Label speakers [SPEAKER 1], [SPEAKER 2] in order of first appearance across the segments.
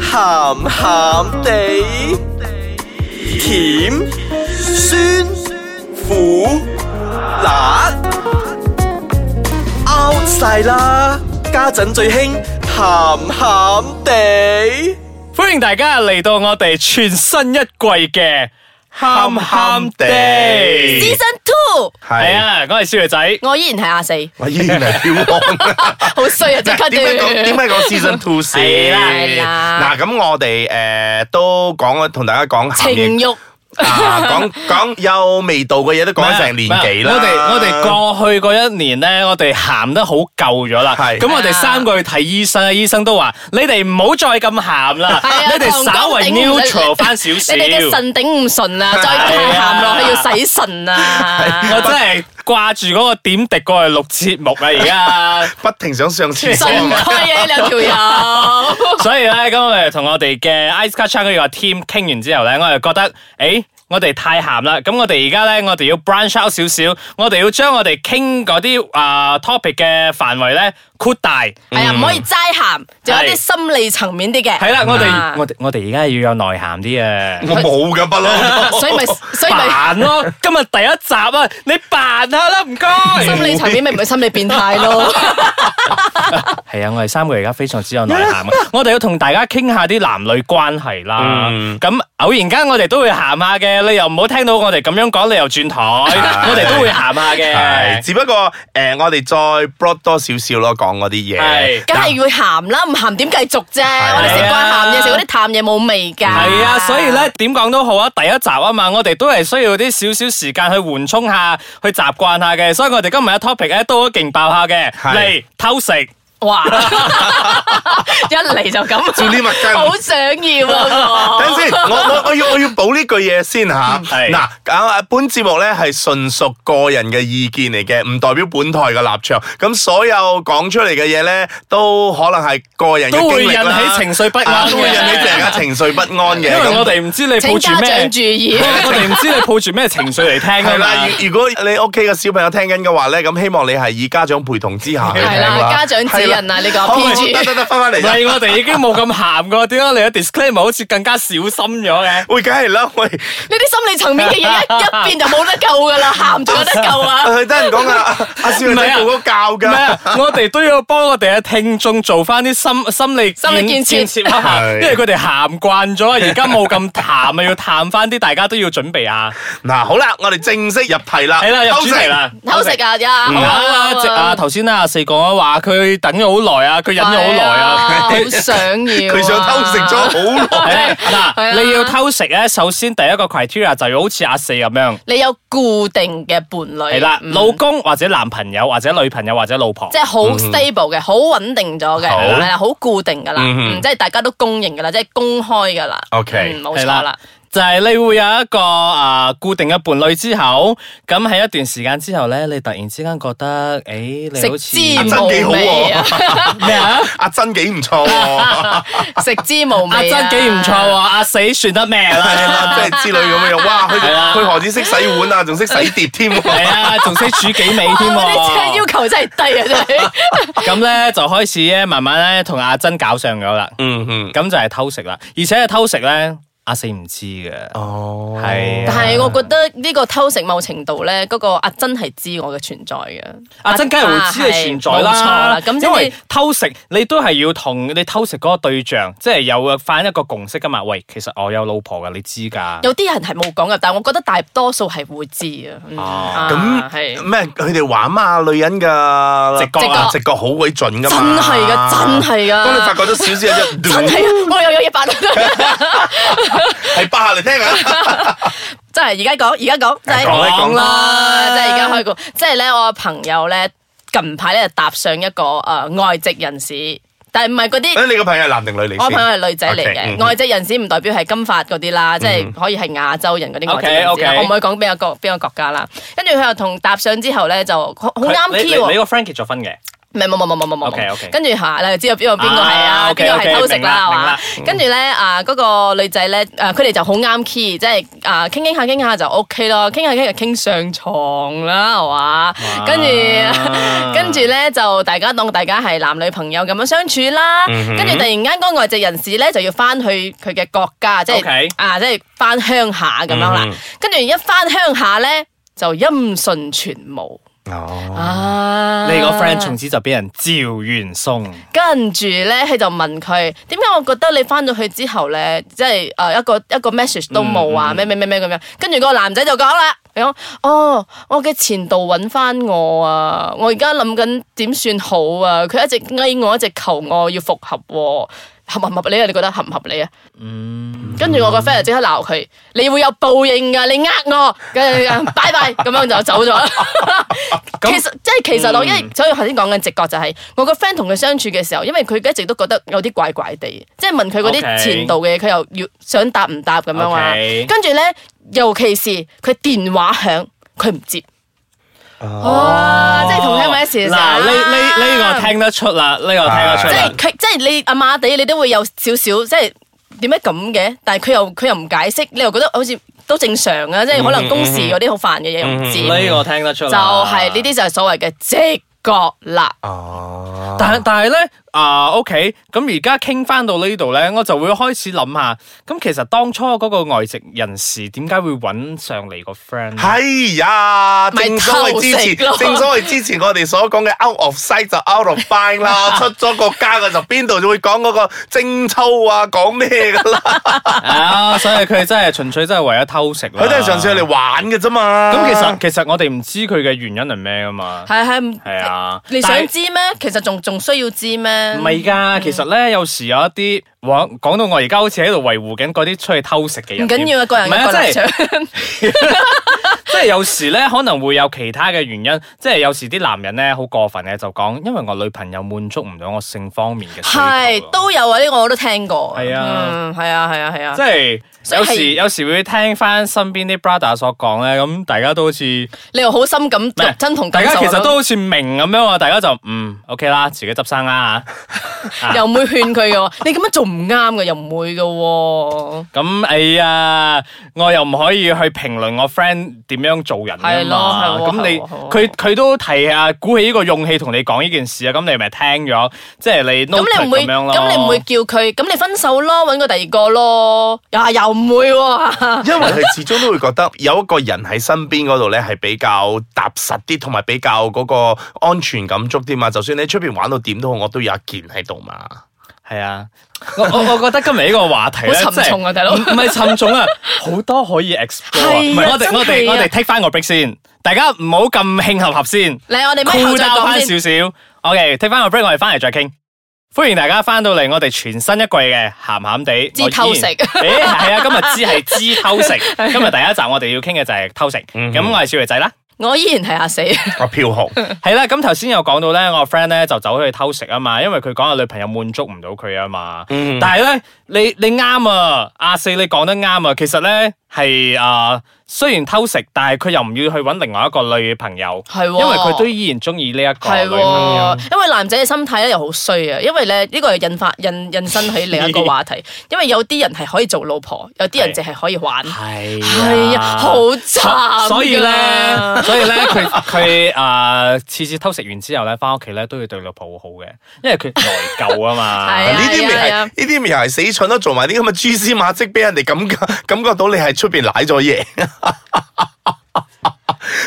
[SPEAKER 1] 鹹鹹地，甜酸苦辣 out 晒啦！家陣最興鹹鹹地。
[SPEAKER 2] 歡迎大家嚟到我哋全新一季嘅鹹鹹地，
[SPEAKER 3] Season Two，
[SPEAKER 2] 係啊，我係少爺仔。
[SPEAKER 3] 我依然係阿四，
[SPEAKER 4] 我依然係標王。
[SPEAKER 3] 好衰啊！即刻
[SPEAKER 4] 點解講點解講 season two
[SPEAKER 2] 係
[SPEAKER 4] 先？
[SPEAKER 2] 啦
[SPEAKER 3] 係啦
[SPEAKER 4] 嗱，咁我哋誒都講咗同大家講鹹
[SPEAKER 3] 情
[SPEAKER 4] 嘢，
[SPEAKER 3] 慾
[SPEAKER 4] 啊講講有味道嘅嘢都講咗成年幾啦。
[SPEAKER 2] 我哋我哋過去嗰一年咧，我哋鹹得好夠咗啦。
[SPEAKER 4] 係
[SPEAKER 2] 咁我哋三個去睇醫生，醫生都話：你哋唔好再咁鹹啦
[SPEAKER 3] 係啊，
[SPEAKER 2] 你哋稍為
[SPEAKER 3] 糖精唔
[SPEAKER 2] neutral 翻少
[SPEAKER 3] 你
[SPEAKER 2] 少。
[SPEAKER 3] 哋嘅腎頂唔順啊，再
[SPEAKER 2] 係啊
[SPEAKER 3] 鹹落去要洗腎
[SPEAKER 2] 我
[SPEAKER 3] 啊！
[SPEAKER 2] 真係掛住嗰個點滴過嚟錄節目啊！而家。
[SPEAKER 4] 不停想上 廁所啊
[SPEAKER 3] 腎
[SPEAKER 4] 嘛。
[SPEAKER 3] 虧啊！呢兩條友，
[SPEAKER 2] 所以咧，咁我哋同我哋嘅 Ice Cut c h a n 呢個 team 傾完之後咧，我哋覺得，誒、我哋太鹹啦，咁我哋而家咧，我哋要 branch out 少少，我哋要將我哋傾嗰啲啊 topic 嘅範圍咧擴大，
[SPEAKER 3] 係啊，唔可以齋鹹，仲有啲心理層面啲嘅。
[SPEAKER 2] 係啦，我
[SPEAKER 3] 啊
[SPEAKER 2] 哋我哋我哋而家要有內涵啲啊，
[SPEAKER 4] 我冇噶 不嬲，
[SPEAKER 3] 所以咪所以咪
[SPEAKER 2] 扮咯，今日第一集啊，你扮下啦，唔該。
[SPEAKER 3] 心理層面咪唔係心理變態 咯。
[SPEAKER 2] 係啊，我哋三個而家非常之有內涵啊！我哋要同大家傾下啲男女關係啦。咁、偶然間我哋都會鹹下嘅，你又唔好聽到我哋咁樣講，你又轉台，我哋都會鹹下
[SPEAKER 4] 係
[SPEAKER 2] 嘅。
[SPEAKER 4] 只不過誒，我哋再 broad 多少少咯，講嗰啲嘢
[SPEAKER 2] 係。
[SPEAKER 3] 梗係要鹹啦，唔鹹點繼續啫？我哋食慣鹹嘢，食嗰啲淡嘢冇味㗎。
[SPEAKER 2] 係啊，所以咧點講都好啊，第一集啊嘛，我哋都係需要啲少少時間去緩衝下，去習慣下嘅。所以我哋今日嘅 topic 咧都好勁爆下嘅，
[SPEAKER 4] 係
[SPEAKER 2] 嚟偷食。
[SPEAKER 3] 哇！ 一嚟就咁，
[SPEAKER 4] 做呢物根
[SPEAKER 3] 好想要啊！
[SPEAKER 4] 等陣先，我我我要我要補呢句嘢先吓。
[SPEAKER 2] 係
[SPEAKER 4] 嗱，啊本節目咧係純屬個人嘅意見嚟嘅，唔代表本台嘅立場。咁所有講出嚟嘅嘢咧，都可能係個人嘅
[SPEAKER 2] 都會
[SPEAKER 4] 經歷啦
[SPEAKER 2] 引起情緒不安
[SPEAKER 4] 啊都會
[SPEAKER 2] 嘅
[SPEAKER 4] 引起大家情緒不安嘅。
[SPEAKER 2] 因為我
[SPEAKER 4] 咁
[SPEAKER 2] 哋唔知你抱住
[SPEAKER 3] 請家
[SPEAKER 2] 咩
[SPEAKER 3] 長，注意。
[SPEAKER 2] 我哋唔知你抱住咩情緒嚟聽
[SPEAKER 4] 係
[SPEAKER 2] 㗎
[SPEAKER 4] 啦
[SPEAKER 2] 嘛。，
[SPEAKER 4] 如如果你屋企嘅小朋友聽緊嘅話咧，咁希望你係以家長陪同之下去聽
[SPEAKER 3] 係啦，家長指引啊，呢個
[SPEAKER 4] 好好
[SPEAKER 3] PG
[SPEAKER 4] 得。得得，翻返嚟
[SPEAKER 2] 唔
[SPEAKER 4] 啦。
[SPEAKER 2] 係，我哋已經冇咁鹹噶，點解你嘅 disclaimer 好似更加小心咗嘅？
[SPEAKER 4] 喂，梗係啦，喂。
[SPEAKER 3] 呢啲心理層面嘅嘢一一邊就冇得救噶啦，鹹仲有得救啊！
[SPEAKER 4] 佢得人講噶，阿阿少女
[SPEAKER 2] 唔係
[SPEAKER 4] 仔
[SPEAKER 2] 啊
[SPEAKER 4] 做嗰教
[SPEAKER 2] 唔係啊
[SPEAKER 4] 㗎，
[SPEAKER 2] 我哋都要幫我哋嘅聽眾做翻啲心心理
[SPEAKER 3] 心理建設
[SPEAKER 2] 設啊，
[SPEAKER 4] 係
[SPEAKER 2] 因為佢哋鹹慣咗，而家冇咁鹹啊，要淡翻啲，大家都要準備下。
[SPEAKER 4] 嗱，好啦，我哋正式入題啦，
[SPEAKER 2] 係啦，入主題啦，
[SPEAKER 3] 偷食啊，呀！
[SPEAKER 2] 好啊！直啊，頭先啊，阿四講啊話佢等咗好耐啊，佢忍咗好耐 啊。
[SPEAKER 3] 好想要啊。
[SPEAKER 4] 佢
[SPEAKER 3] 佢
[SPEAKER 4] 想偷食咗好耐。
[SPEAKER 2] 誒
[SPEAKER 3] 係啊
[SPEAKER 2] 嗱，你要偷食咧，首先第一個 criteria 就要好似阿四咁樣，
[SPEAKER 3] 你有固定嘅伴侶
[SPEAKER 2] 係啦，
[SPEAKER 3] 嗯
[SPEAKER 2] 老公或者男朋友或者女朋友或者老婆
[SPEAKER 3] 即。係好 stable 嘅，好穩定咗嘅，
[SPEAKER 4] 好
[SPEAKER 3] 係啦，好固定噶啦，
[SPEAKER 4] 嗯
[SPEAKER 3] 嗯即係大家都公認噶啦，即係公開噶啦。
[SPEAKER 4] OK
[SPEAKER 3] 嗯冇
[SPEAKER 2] 係
[SPEAKER 3] 錯
[SPEAKER 2] 啦
[SPEAKER 3] 啦。
[SPEAKER 2] 就係你會有一個啊、固定嘅伴侶之後，咁喺一段時間之後咧，你突然之間覺得，誒、你好
[SPEAKER 3] 食
[SPEAKER 2] 似
[SPEAKER 3] 之
[SPEAKER 4] 真
[SPEAKER 3] 無
[SPEAKER 4] 幾好
[SPEAKER 3] 味
[SPEAKER 4] 喎
[SPEAKER 3] 啊！
[SPEAKER 2] 咩啊？
[SPEAKER 4] 阿珍幾唔錯喎，
[SPEAKER 3] 食之無
[SPEAKER 2] 阿
[SPEAKER 3] 味啊，
[SPEAKER 2] 珍幾唔錯喎，阿死算得咩
[SPEAKER 4] 係
[SPEAKER 2] 啦？
[SPEAKER 4] 啦，即係之類咁樣。哇，佢
[SPEAKER 2] 啊係啦
[SPEAKER 4] 佢何止識洗碗啊，仲識洗碟添
[SPEAKER 2] 係
[SPEAKER 4] 喎。
[SPEAKER 2] 啊，仲識煮幾味
[SPEAKER 3] 哇！
[SPEAKER 2] 添
[SPEAKER 3] 你真係要
[SPEAKER 2] 喎。
[SPEAKER 3] 求真係低啊，真係。
[SPEAKER 2] 咁咧就開始咧，慢慢咧同阿珍搞上咗啦。
[SPEAKER 4] 嗯嗯，
[SPEAKER 2] 咁就係偷食啦，而且係偷食咧，阿四唔知嘅。
[SPEAKER 4] 哦
[SPEAKER 2] 係啊
[SPEAKER 3] 但係我覺得呢個偷食某程度咧，嗰個阿珍係知我嘅存在嘅。
[SPEAKER 2] 阿珍梗係會知你存在啦，
[SPEAKER 3] 啊係冇錯啦。咁
[SPEAKER 2] 因為
[SPEAKER 3] 即係
[SPEAKER 2] 偷食你都係要同你偷食嗰個對象，即係有呃翻一個共識噶嘛。喂，其實我有老婆噶，你知噶。
[SPEAKER 3] 有啲人係冇講嘅，但係我覺得大多數係會知啊嗯。啊
[SPEAKER 4] 咁
[SPEAKER 3] 係
[SPEAKER 4] 咩？佢哋玩嘛，女人嘅
[SPEAKER 2] 直覺
[SPEAKER 3] 啊
[SPEAKER 4] 直覺好鬼準噶
[SPEAKER 3] 真
[SPEAKER 4] 嘛。
[SPEAKER 3] 係噶，真係噶。
[SPEAKER 4] 當你發覺咗少少嘢，
[SPEAKER 3] 真係啊！我又有嘢扮，
[SPEAKER 4] 嗯係八下嚟聽啊下。
[SPEAKER 3] 真係而家講，而 家講，真係
[SPEAKER 4] 講啦講啦
[SPEAKER 3] 啊！真係而家開估，即係咧，我朋友咧近排咧搭上一個誒外籍人士，但係唔係嗰啲。
[SPEAKER 4] 誒，你個朋友係男定女嚟
[SPEAKER 3] 我朋友
[SPEAKER 4] 先？
[SPEAKER 3] 係女仔嚟
[SPEAKER 4] OK，嗯
[SPEAKER 3] 嘅，外籍人士唔代表係金髮嗰啲
[SPEAKER 2] 嗯
[SPEAKER 3] 啦，即係可以係亞洲人嗰啲外籍人士
[SPEAKER 2] OK，OK
[SPEAKER 3] 啦。我唔可以講邊個國邊個國家啦。跟住佢又同搭上之後咧，就好好
[SPEAKER 2] 佢
[SPEAKER 3] 啱
[SPEAKER 2] 你
[SPEAKER 3] key
[SPEAKER 2] 你你
[SPEAKER 3] 喎。
[SPEAKER 2] 個 friend 結咗婚嘅，
[SPEAKER 3] 唔係冇冇冇冇冇冇冇
[SPEAKER 2] OK，OK
[SPEAKER 3] 跟住下你就知道邊個邊個係
[SPEAKER 2] 啊
[SPEAKER 3] 啊，邊個
[SPEAKER 2] OK，OK，
[SPEAKER 3] 係偷食啦，係
[SPEAKER 2] 明
[SPEAKER 3] 嘛
[SPEAKER 2] 啦？嗯
[SPEAKER 3] 跟住咧啊，嗰個女仔咧，誒佢哋就好啱 key，即係啊傾傾下傾下就 OK 咯，傾下傾下傾上床啦，係嘛？啊跟住
[SPEAKER 2] 啊
[SPEAKER 3] 跟住咧就大家當大家係男女朋友咁樣相處啦。
[SPEAKER 2] 嗯
[SPEAKER 3] 跟住突然間嗰個外籍人士咧就要翻去佢嘅國家，即
[SPEAKER 2] OK
[SPEAKER 3] 係啊即係翻鄉下咁樣啦
[SPEAKER 4] 嗯哼。
[SPEAKER 3] 跟住一翻鄉下咧就音訊全無
[SPEAKER 4] 哦，
[SPEAKER 3] 啊！
[SPEAKER 2] 你個 friend 從此就俾人趙元松，
[SPEAKER 3] 跟住咧，佢就問佢點解我覺得你翻到去之後咧，即係誒、呃一個一個 message 都冇啊，咩咩咩咩咁樣。跟住個男仔就講啦，佢講哦，我嘅前度揾翻我啊，我而家諗緊點算好啊，佢一直嗌我，一直求我要復合喎、合唔合理啊？你覺得合唔合理啊？跟住我個 friend 就即刻鬧佢，你會有報應㗎，你呃我，跟住就 拜拜咁樣就 走咗啦。其實即係其實我因為所以我頭先講緊直覺就係、我個 friend 同佢相處嘅時候，因為佢一直都覺得有啲怪怪地，即係問佢嗰
[SPEAKER 2] OK
[SPEAKER 3] 啲前度嘅嘢，佢又要想答唔答咁樣啊。
[SPEAKER 2] OK
[SPEAKER 3] 跟住咧，尤其是佢電話響，佢唔接。哇！即係同 M S
[SPEAKER 2] 嗱呢呢呢個聽得出啦，呢個聽得出
[SPEAKER 3] 啊即
[SPEAKER 2] 啦
[SPEAKER 3] 係。佢，即係你阿媽地，你都會有少少即係點解咁嘅？但係佢又佢又唔解釋，你又覺得好似都正常啊！即
[SPEAKER 2] 嗯
[SPEAKER 3] 係可能公事嗰啲好煩嘅嘢又唔知，
[SPEAKER 2] 呢個聽得出
[SPEAKER 3] 就
[SPEAKER 2] 啦，
[SPEAKER 3] 係呢啲就係所謂嘅直覺啦。
[SPEAKER 4] 哦，
[SPEAKER 2] 但但係咧啊，OK，咁而家傾翻到呢度咧，我就會開始諗下，咁其實當初嗰個外籍人士點解會揾上嚟個 friend？
[SPEAKER 4] 係嗯哎呀，
[SPEAKER 3] 咪
[SPEAKER 4] 正所謂之前
[SPEAKER 3] 偷食，咯
[SPEAKER 4] 正所謂之前我哋所講嘅 out of sight 就 out of mind 啦，出咗國家嘅就邊度就會講嗰個貞操啊，講咩 噶啦，
[SPEAKER 2] 啊，所以佢真係純粹真係為咗偷食啦。
[SPEAKER 4] 佢都係上次嚟玩啊嘅啫嘛。
[SPEAKER 2] 咁其實其實我哋唔知佢嘅原因係咩噶嘛。
[SPEAKER 3] 係係
[SPEAKER 2] 係啊
[SPEAKER 3] 你
[SPEAKER 2] 但係
[SPEAKER 3] 想知咩？其實仲仲需要知咩？
[SPEAKER 2] 唔係㗎，其實咧有時有一啲話講到我而家好似喺度維護緊嗰啲出去偷食嘅人
[SPEAKER 3] 唔
[SPEAKER 2] 添。
[SPEAKER 3] 緊要啊，個人
[SPEAKER 2] 唔係
[SPEAKER 3] 嘅
[SPEAKER 2] 啊
[SPEAKER 3] 個立
[SPEAKER 2] 即係
[SPEAKER 3] 場。
[SPEAKER 2] 即係有時咧可能會有其他嘅原因，即係有時啲男人咧好過分嘅就講，因為我女朋友滿足唔到我性方面嘅需求啊。
[SPEAKER 3] 係都有啊，呢個我都聽過。
[SPEAKER 2] 係啊
[SPEAKER 3] 嗯，係啊，係啊，係啊
[SPEAKER 2] 即。係
[SPEAKER 3] 所以
[SPEAKER 2] 有
[SPEAKER 3] 係
[SPEAKER 2] 時有時會聽翻身邊啲 brother 所講咧，咁大家都好似。
[SPEAKER 3] 你又好心咁真同
[SPEAKER 2] 大
[SPEAKER 3] 感
[SPEAKER 2] 家
[SPEAKER 3] 受
[SPEAKER 2] 其
[SPEAKER 3] 啊
[SPEAKER 2] 實都好似明咁樣啊，大家就嗯 OK 啦，自己執生啦嚇啊
[SPEAKER 3] 又唔會勸佢嘅喎，你咁樣做唔啱嘅，又唔會嘅喎。
[SPEAKER 2] 咁哎呀，我又唔可以去評論我 friend 點樣做人啊
[SPEAKER 3] 係
[SPEAKER 2] 嘛。
[SPEAKER 3] 咯係喎
[SPEAKER 2] 咁你
[SPEAKER 3] 係喎
[SPEAKER 2] 佢佢都提啊，鼓起呢個勇氣同你講呢件事啊，咁你咪聽咗，即係你 n o
[SPEAKER 3] 咁你唔
[SPEAKER 2] 咁
[SPEAKER 3] 會，
[SPEAKER 2] 樣咯。
[SPEAKER 3] 咁你唔會叫佢，咁你分手咯，揾個第二 個咯。啊，又唔會喎。
[SPEAKER 4] 因為佢始終都會覺得有一個人喺身邊嗰度咧係比較踏實啲，同埋比較嗰個安全感足啲嘛。就算你出邊玩到點都好，我都有一件喺度嘛。
[SPEAKER 2] 係啊，我我我覺得今日呢個話題咧，
[SPEAKER 3] 好沉重啊大佬
[SPEAKER 2] 即係唔唔係沉重啊，好多可以 explore 啊。
[SPEAKER 3] 係啊
[SPEAKER 2] 唔係我哋
[SPEAKER 3] 真係啊
[SPEAKER 2] 我哋我哋 take 翻個 break 先，大家唔好咁慶合合先。
[SPEAKER 3] 嚟，我哋咪後
[SPEAKER 2] cool
[SPEAKER 3] 再
[SPEAKER 2] down
[SPEAKER 3] 講
[SPEAKER 2] 翻
[SPEAKER 3] 先。
[SPEAKER 2] 少少。OK，take 翻個 break，我哋翻嚟再傾。歡迎大家翻到嚟我哋全新一季嘅鹹鹹地
[SPEAKER 3] 知偷 食
[SPEAKER 2] 誒係啊，今日知係知偷 食。今日第一集我哋要傾嘅就係偷食。咁我係小肥仔啦。
[SPEAKER 3] 我依然係 阿死，
[SPEAKER 4] 我票紅，
[SPEAKER 2] 係啦，咁頭先有講到咧，我 friend 咧就走去偷食啊嘛，因為佢講個女朋友滿足唔到佢啊嘛。但係咧，你你啱啊，阿四你講得啱啊。其實咧係啊，雖然偷食，但係佢又唔要去揾另外一個女朋友，
[SPEAKER 3] 係喎
[SPEAKER 2] 因為佢都依然中意呢一個
[SPEAKER 3] 係
[SPEAKER 2] 女朋友。
[SPEAKER 3] 喎，因為男仔嘅心態咧又好衰啊，因為咧呢個係引發引引申起另一 個話題，因為有啲人係可以做老婆，有啲人
[SPEAKER 2] 係
[SPEAKER 3] 淨係可以玩，
[SPEAKER 2] 係
[SPEAKER 3] 係啊，好慘㗎。
[SPEAKER 2] 所以咧，所以咧，佢佢啊，次次偷食完之後咧，翻屋企咧都要對老婆好好嘅，因為佢內疚啊嘛。
[SPEAKER 3] 係啊
[SPEAKER 4] 呢啲咪
[SPEAKER 3] 係
[SPEAKER 4] 係
[SPEAKER 3] 啊
[SPEAKER 4] 呢啲咪又係死蠢咯，做埋啲咁嘅蛛絲馬跡俾人哋感覺感覺到你係出邊舐咗嘢。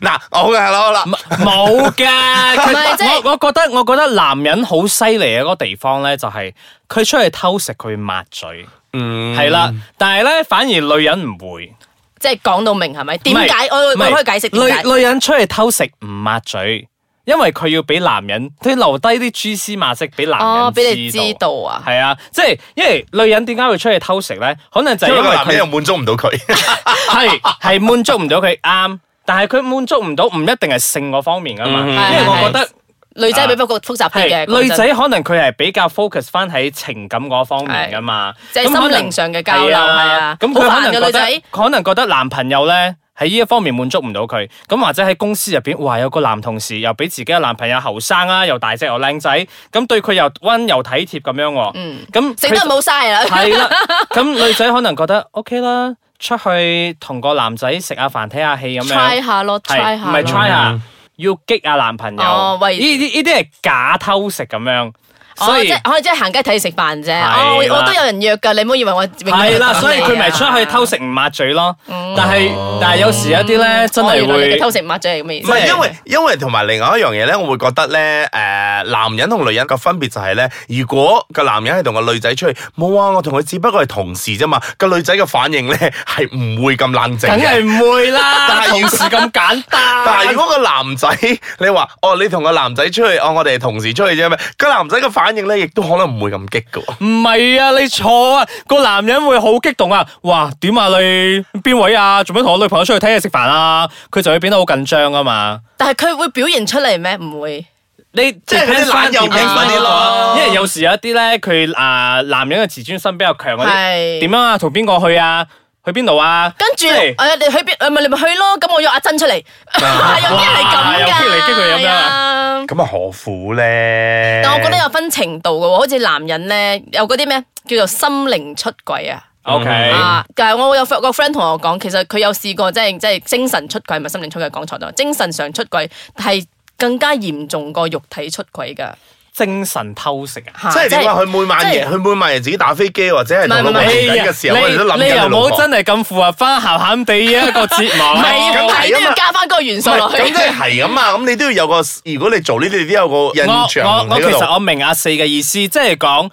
[SPEAKER 4] 嗱，好嘅，係啦，好啦，
[SPEAKER 2] 冇噶，
[SPEAKER 3] 唔係即係
[SPEAKER 2] 佢我我覺得我覺得男人好犀利嘅嗰個地方咧，就係佢出去偷食佢抹嘴，
[SPEAKER 4] 嗯，
[SPEAKER 2] 係啦，但係咧反而女人唔會。
[SPEAKER 3] 即係講到明係咪？點
[SPEAKER 2] 唔係
[SPEAKER 3] 解我我
[SPEAKER 2] 唔係
[SPEAKER 3] 可以解釋點解？
[SPEAKER 2] 女女人出去偷食唔抹嘴，因為佢要俾男人，佢留低啲蛛絲馬跡俾男人
[SPEAKER 3] 哦，俾你知道啊！
[SPEAKER 2] 係啊，即係因為女人點解會出去偷食咧？可能就係
[SPEAKER 4] 因為
[SPEAKER 2] 因
[SPEAKER 4] 個男人
[SPEAKER 2] 為
[SPEAKER 4] 又
[SPEAKER 2] 佢
[SPEAKER 4] 滿足唔到佢。
[SPEAKER 2] 係係滿足唔到佢啱，但係佢滿足唔到，唔一定係性嗰方面噶嘛。
[SPEAKER 4] 嗯
[SPEAKER 2] 因為我覺得
[SPEAKER 3] 女仔比不過複雜啲嘅，
[SPEAKER 2] 係女
[SPEAKER 3] 講真
[SPEAKER 2] 仔可能佢係比較 focus 翻喺情感嗰方面噶嘛，
[SPEAKER 3] 係即係
[SPEAKER 2] 咁可能
[SPEAKER 3] 心靈上嘅交流係啊
[SPEAKER 2] 咁佢可
[SPEAKER 3] 好煩
[SPEAKER 2] 能
[SPEAKER 3] 嘅
[SPEAKER 2] 覺得
[SPEAKER 3] 女仔
[SPEAKER 2] 可能覺得男朋友咧喺呢一方面滿足唔到佢，咁或者喺公司入邊，哇有個男同事又比自己嘅男朋友後生啦，又大隻又靚仔，咁對佢又温柔體貼咁樣喎，咁
[SPEAKER 3] 嗯死得
[SPEAKER 2] 佢
[SPEAKER 3] 冇嘥啦。
[SPEAKER 2] 係啦，咁女仔可能覺得 OK 啦，出去同個男仔食下飯睇下戲咁
[SPEAKER 3] try
[SPEAKER 2] 樣，
[SPEAKER 3] 下咯
[SPEAKER 2] 係
[SPEAKER 3] ，try 下
[SPEAKER 2] 唔
[SPEAKER 3] 咯。
[SPEAKER 2] 係 try 下
[SPEAKER 4] 嗯，
[SPEAKER 2] 要激下男朋友，
[SPEAKER 3] 哦
[SPEAKER 2] 呢
[SPEAKER 3] 喂
[SPEAKER 2] 啲呢啲係假偷食咁樣，
[SPEAKER 3] 哦，
[SPEAKER 2] 所
[SPEAKER 3] 即
[SPEAKER 2] 以
[SPEAKER 3] 係。可能即係行街睇食飯啫。
[SPEAKER 2] 啦
[SPEAKER 3] 哦，我都有人約㗎，你唔好以為我永遠
[SPEAKER 2] 係啦，
[SPEAKER 3] 都等
[SPEAKER 2] 所以
[SPEAKER 3] 你啊
[SPEAKER 2] 佢咪出去偷食唔抹嘴咯。但係但係有時有啲咧真
[SPEAKER 3] 嗯哦
[SPEAKER 2] 係
[SPEAKER 3] 原來你
[SPEAKER 2] 會
[SPEAKER 3] 嘅偷食抹嘴係咁嘅意
[SPEAKER 4] 唔
[SPEAKER 3] 思。
[SPEAKER 4] 係因為因為同埋另外一樣嘢咧，我會覺得咧，誒、男人同女人個分別就係咧，如果個男人係同個女仔出去，冇啊，我同佢只不過係同事啫嘛，個女仔嘅反應咧係唔會咁冷靜
[SPEAKER 2] 梗
[SPEAKER 4] 嘅
[SPEAKER 2] 係。唔會
[SPEAKER 4] 但
[SPEAKER 2] 啦，
[SPEAKER 4] 係
[SPEAKER 2] 同事咁簡單。
[SPEAKER 4] 但 係如果個男仔 你話哦，你同個男仔出去，哦，我哋係同事出去啫咩？個男仔嘅反應咧，亦都可能唔會咁激噶喎。
[SPEAKER 2] 唔係啊，你錯啊！個男人會好激動啊！哇，點啊你邊位啊？做咩同我女朋友出去睇嘢食飯啊？佢就會變得好緊張啊嘛。
[SPEAKER 3] 但係佢會表現出嚟咩？唔會。
[SPEAKER 2] 你即係
[SPEAKER 4] 係嗰啲懶又
[SPEAKER 2] 懶
[SPEAKER 4] 勁
[SPEAKER 3] 嗰啲咯
[SPEAKER 2] 因為有時有一啲咧，佢啊男人嘅自尊心比較強嗰啲，
[SPEAKER 3] 係
[SPEAKER 2] 點樣啊？同邊個去啊？去邊度啊？
[SPEAKER 3] 跟住
[SPEAKER 2] 即係
[SPEAKER 3] 誒，你去邊？哎誒咪你咪去咯。咁我約阿珍出嚟。
[SPEAKER 4] 啊
[SPEAKER 3] 有啲 係
[SPEAKER 2] 哇
[SPEAKER 3] 咁
[SPEAKER 2] 有
[SPEAKER 3] 㗎。
[SPEAKER 2] 啲嚟激佢咁樣啊
[SPEAKER 3] 係啊
[SPEAKER 4] 咁啊，何苦咧？
[SPEAKER 3] 但我覺得有分程度嘅喎，好似男人咧有嗰啲咩叫做心靈出軌啊。
[SPEAKER 2] O K，
[SPEAKER 3] 啊！但係我有個 friend 同我講，其實佢有試過，即係即係精神出軌，唔係心靈出軌，講錯咗。精神上出軌係更加嚴重過肉體出軌㗎。
[SPEAKER 2] 精神偷食啊！
[SPEAKER 3] 嚇
[SPEAKER 4] 即係點啊？佢每晚
[SPEAKER 3] 即
[SPEAKER 4] 夜，
[SPEAKER 3] 係
[SPEAKER 4] 佢每晚夜自己打飛機，或者係同老婆
[SPEAKER 3] 唔係唔係
[SPEAKER 4] 傾
[SPEAKER 2] 哎
[SPEAKER 4] 偈
[SPEAKER 2] 呀
[SPEAKER 4] 嘅時候，我哋都諗
[SPEAKER 2] 你
[SPEAKER 4] 緊
[SPEAKER 2] 又
[SPEAKER 4] 佢老
[SPEAKER 2] 冇
[SPEAKER 4] 婆
[SPEAKER 2] 真。係咁符合翻鹹鹹地嘅一個節目。
[SPEAKER 3] 唔係
[SPEAKER 4] 咁
[SPEAKER 3] 咁
[SPEAKER 4] 係啊
[SPEAKER 3] 係都
[SPEAKER 4] 嘛
[SPEAKER 3] 要加翻嗰個元素落去。
[SPEAKER 4] 咁 即係係咁啊！咁你都要有個，如果你做呢啲，你都有個印
[SPEAKER 2] 我
[SPEAKER 4] 象
[SPEAKER 2] 我我
[SPEAKER 4] 喺
[SPEAKER 2] 其
[SPEAKER 4] 啊嗰
[SPEAKER 2] 實
[SPEAKER 4] 度。
[SPEAKER 2] 我明阿四嘅意思，即係講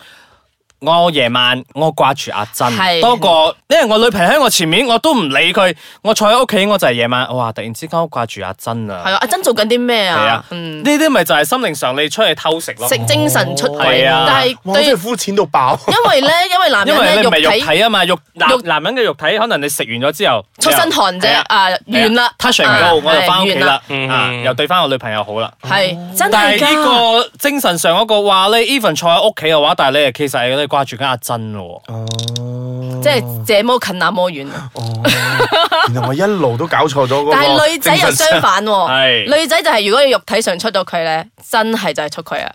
[SPEAKER 2] 我夜晚我掛住阿珍
[SPEAKER 3] 係
[SPEAKER 2] 多過，因為我女朋友喺我前面，我都唔理佢。我坐喺屋企，我就係夜晚，哇！突然之間我掛住阿珍
[SPEAKER 3] 係
[SPEAKER 2] 啊，
[SPEAKER 3] 啊，阿珍做緊啲咩
[SPEAKER 2] 係啊
[SPEAKER 3] 啊，？
[SPEAKER 2] 呢
[SPEAKER 3] 嗯，
[SPEAKER 2] 啲咪就係心靈上你出去偷食咯，
[SPEAKER 3] 食精神出軌
[SPEAKER 2] 係啊，
[SPEAKER 3] 但係
[SPEAKER 4] 哇！
[SPEAKER 3] 對，
[SPEAKER 4] 真係膚淺到爆。
[SPEAKER 3] 因為 咧，因為男
[SPEAKER 2] 因
[SPEAKER 3] 人
[SPEAKER 2] 為
[SPEAKER 3] 咧
[SPEAKER 2] 你
[SPEAKER 3] 肉
[SPEAKER 2] 唔係肉
[SPEAKER 3] 體
[SPEAKER 2] 體啊嘛，肉男
[SPEAKER 3] 肉
[SPEAKER 2] 男人嘅肉體，可能你食完咗之後
[SPEAKER 3] 出身汗啫
[SPEAKER 2] 係，啊
[SPEAKER 3] 啊，完啦
[SPEAKER 2] ，touch
[SPEAKER 3] 啊
[SPEAKER 2] and go，我就翻屋企
[SPEAKER 3] 係完
[SPEAKER 2] 啦，
[SPEAKER 4] 嗯
[SPEAKER 2] 啊，又對翻我女朋友好啦。
[SPEAKER 3] 係真
[SPEAKER 2] 但
[SPEAKER 3] 係
[SPEAKER 2] 係呢
[SPEAKER 3] 㗎。
[SPEAKER 2] 個精神上嗰個話咧，even 坐喺屋企嘅話，但係你係其實係你掛住緊阿珍咯。
[SPEAKER 3] 即係這麼近那麼遠，
[SPEAKER 4] 原來我一路都搞錯咗嗰個
[SPEAKER 3] 但係女仔又
[SPEAKER 4] 精神
[SPEAKER 3] 相反喎，
[SPEAKER 2] 係
[SPEAKER 3] 女仔就係如果你肉體上出咗佢咧，真係就係出軌啊！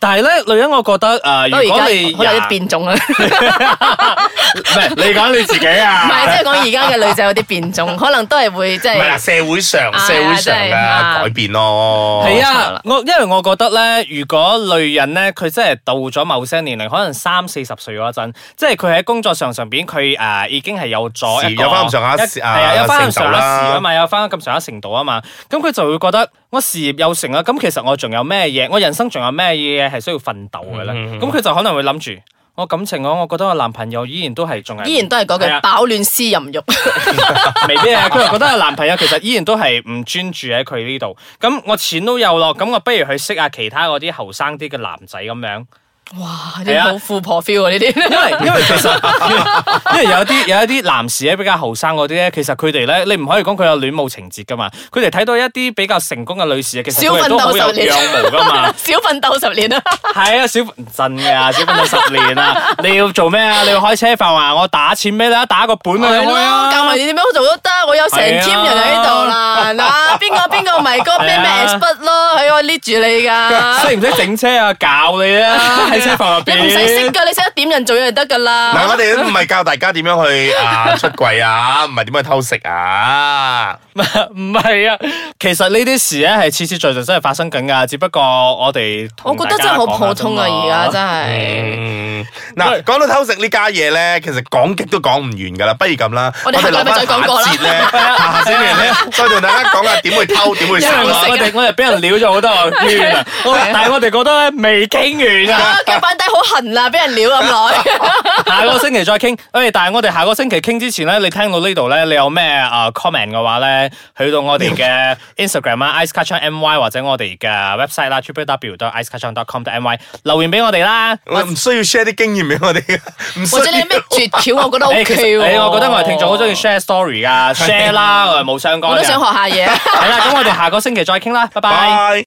[SPEAKER 2] 但係咧，女人我覺得誒、呃
[SPEAKER 3] 不過
[SPEAKER 2] 如果
[SPEAKER 3] 而
[SPEAKER 2] 你
[SPEAKER 3] 家可能有
[SPEAKER 2] 廿
[SPEAKER 3] 啲變種 啊啦，唔
[SPEAKER 2] 唔係你講你自己啊，
[SPEAKER 3] 係即係講而家嘅女仔有啲 變種，可能都係會即
[SPEAKER 4] 唔係啦，
[SPEAKER 3] 係
[SPEAKER 4] 社會上
[SPEAKER 3] 啊
[SPEAKER 4] 社會上嘅
[SPEAKER 3] 真係啊
[SPEAKER 4] 改變咯。
[SPEAKER 2] 係
[SPEAKER 3] 冇錯
[SPEAKER 2] 啊
[SPEAKER 3] 啦，
[SPEAKER 2] 我因為我覺得咧，如果女人咧，佢真係到咗某些年齡，可能三四十歲嗰陣，即係佢喺工作上上邊，佢誒已經係有咗一個
[SPEAKER 4] 有返咁上下
[SPEAKER 2] 一
[SPEAKER 4] 事
[SPEAKER 2] 係
[SPEAKER 4] 啊
[SPEAKER 2] 啊，有翻咁上
[SPEAKER 4] 程
[SPEAKER 2] 下
[SPEAKER 4] 度
[SPEAKER 2] 事
[SPEAKER 4] 啦
[SPEAKER 2] 啊嘛，有翻咁上下程度啊嘛，咁佢就會覺得我事業有成啊，咁其實我仲有咩嘢，我人生仲有咩嘢係需要奮鬥嘅咧？
[SPEAKER 4] 嗯嗯嗯
[SPEAKER 2] 咁佢就可能會諗住。我感情我，我覺得我男朋友依然都係仲係，
[SPEAKER 3] 依然都係嗰句
[SPEAKER 2] 係啊
[SPEAKER 3] 飽暖思淫欲，
[SPEAKER 2] 未必啊！佢又覺得男朋友其實依然都係唔專注喺佢呢度。咁我錢都有咯，咁我不如去識下其他嗰啲後生啲嘅男仔咁樣。
[SPEAKER 3] 哇！
[SPEAKER 2] 係
[SPEAKER 3] 啲
[SPEAKER 2] 啊
[SPEAKER 3] 好富婆 feel 啊呢啲。
[SPEAKER 2] 因為因為其實因為有一啲有一啲男士咧比較後生嗰啲咧，其實佢哋咧你唔可以講佢有戀母情節噶嘛。佢哋睇到一啲比較成功嘅女士，其實
[SPEAKER 3] 小
[SPEAKER 2] 佢哋
[SPEAKER 3] 奮
[SPEAKER 2] 都好
[SPEAKER 3] 鬥
[SPEAKER 2] 有
[SPEAKER 3] 十年，
[SPEAKER 2] 仰慕 噶嘛。
[SPEAKER 3] 小奮鬥十年啦，
[SPEAKER 2] 係啊，小真噶，小奮鬥十年啊！你要做咩啊？你要開車飯啊？我打錢咩啦？打個本啊！你
[SPEAKER 3] 係
[SPEAKER 2] 開啊！
[SPEAKER 3] 咯，教埋你點樣做都得，我有成
[SPEAKER 2] 係啊
[SPEAKER 3] team 人喺度啦，嗱，邊個邊個咪嗰個咩
[SPEAKER 2] 係
[SPEAKER 3] 咩
[SPEAKER 2] 啊
[SPEAKER 3] expert 咯，喺我 lead 住你 噶，
[SPEAKER 2] 識唔識整車啊？教你啊！喺車房入
[SPEAKER 3] 你
[SPEAKER 2] 邊，
[SPEAKER 3] 唔使識噶，你識得點人做嘢就得噶
[SPEAKER 4] 嗱，
[SPEAKER 3] 啦。
[SPEAKER 4] 我哋都唔係教大家點樣去 啊出櫃啊，唔係點樣去偷食啊。
[SPEAKER 2] 唔係啊，其實呢啲事咧係次次在在真係發生緊噶，只不過我哋
[SPEAKER 3] 我
[SPEAKER 2] 同
[SPEAKER 3] 覺得真
[SPEAKER 2] 大
[SPEAKER 3] 係
[SPEAKER 2] 家
[SPEAKER 3] 好
[SPEAKER 2] 講下
[SPEAKER 3] 普通啊，
[SPEAKER 2] 啫嘛
[SPEAKER 3] 而家真係。
[SPEAKER 4] 嗯，嗱，講到偷食呢家嘢咧，其實講極都講唔完噶啦，不如咁啦，
[SPEAKER 3] 我哋下個禮拜再講過啦
[SPEAKER 4] 我哋留 翻下
[SPEAKER 2] 啊
[SPEAKER 4] 一節咧，下節咧再同大家講下點會偷，點會食啊
[SPEAKER 2] 因為我
[SPEAKER 4] 啦。
[SPEAKER 2] 我哋我哋俾人撩咗好多個圈 啊，我但係我哋覺得咧未傾完啊，
[SPEAKER 3] 啊腳板底好痕啦，俾人撩啊咁耐。
[SPEAKER 2] 下個星期再傾。誒，但係我哋下個星期傾之前咧，你聽到呢度咧，你有咩啊 comment 嘅話咧，去到我哋嘅 Instagram 啊 iceketchupmy 或者我哋嘅 website 啦 www.iceketchup.com.my 留言俾我哋啦。
[SPEAKER 4] 我唔需要 share 啲經驗俾我哋，唔需
[SPEAKER 3] 或者你
[SPEAKER 4] 要
[SPEAKER 3] 有。咩絕橋，我覺得
[SPEAKER 2] 誒
[SPEAKER 3] OK
[SPEAKER 2] 其實
[SPEAKER 3] 喎。
[SPEAKER 2] 誒我覺得我哋聽眾好中意 share story 噶，share 啦，我哋冇相干嘅。
[SPEAKER 3] 我都想學下嘢。
[SPEAKER 2] 係啦，咁我哋下個星期再傾啦，拜拜。
[SPEAKER 4] 拜。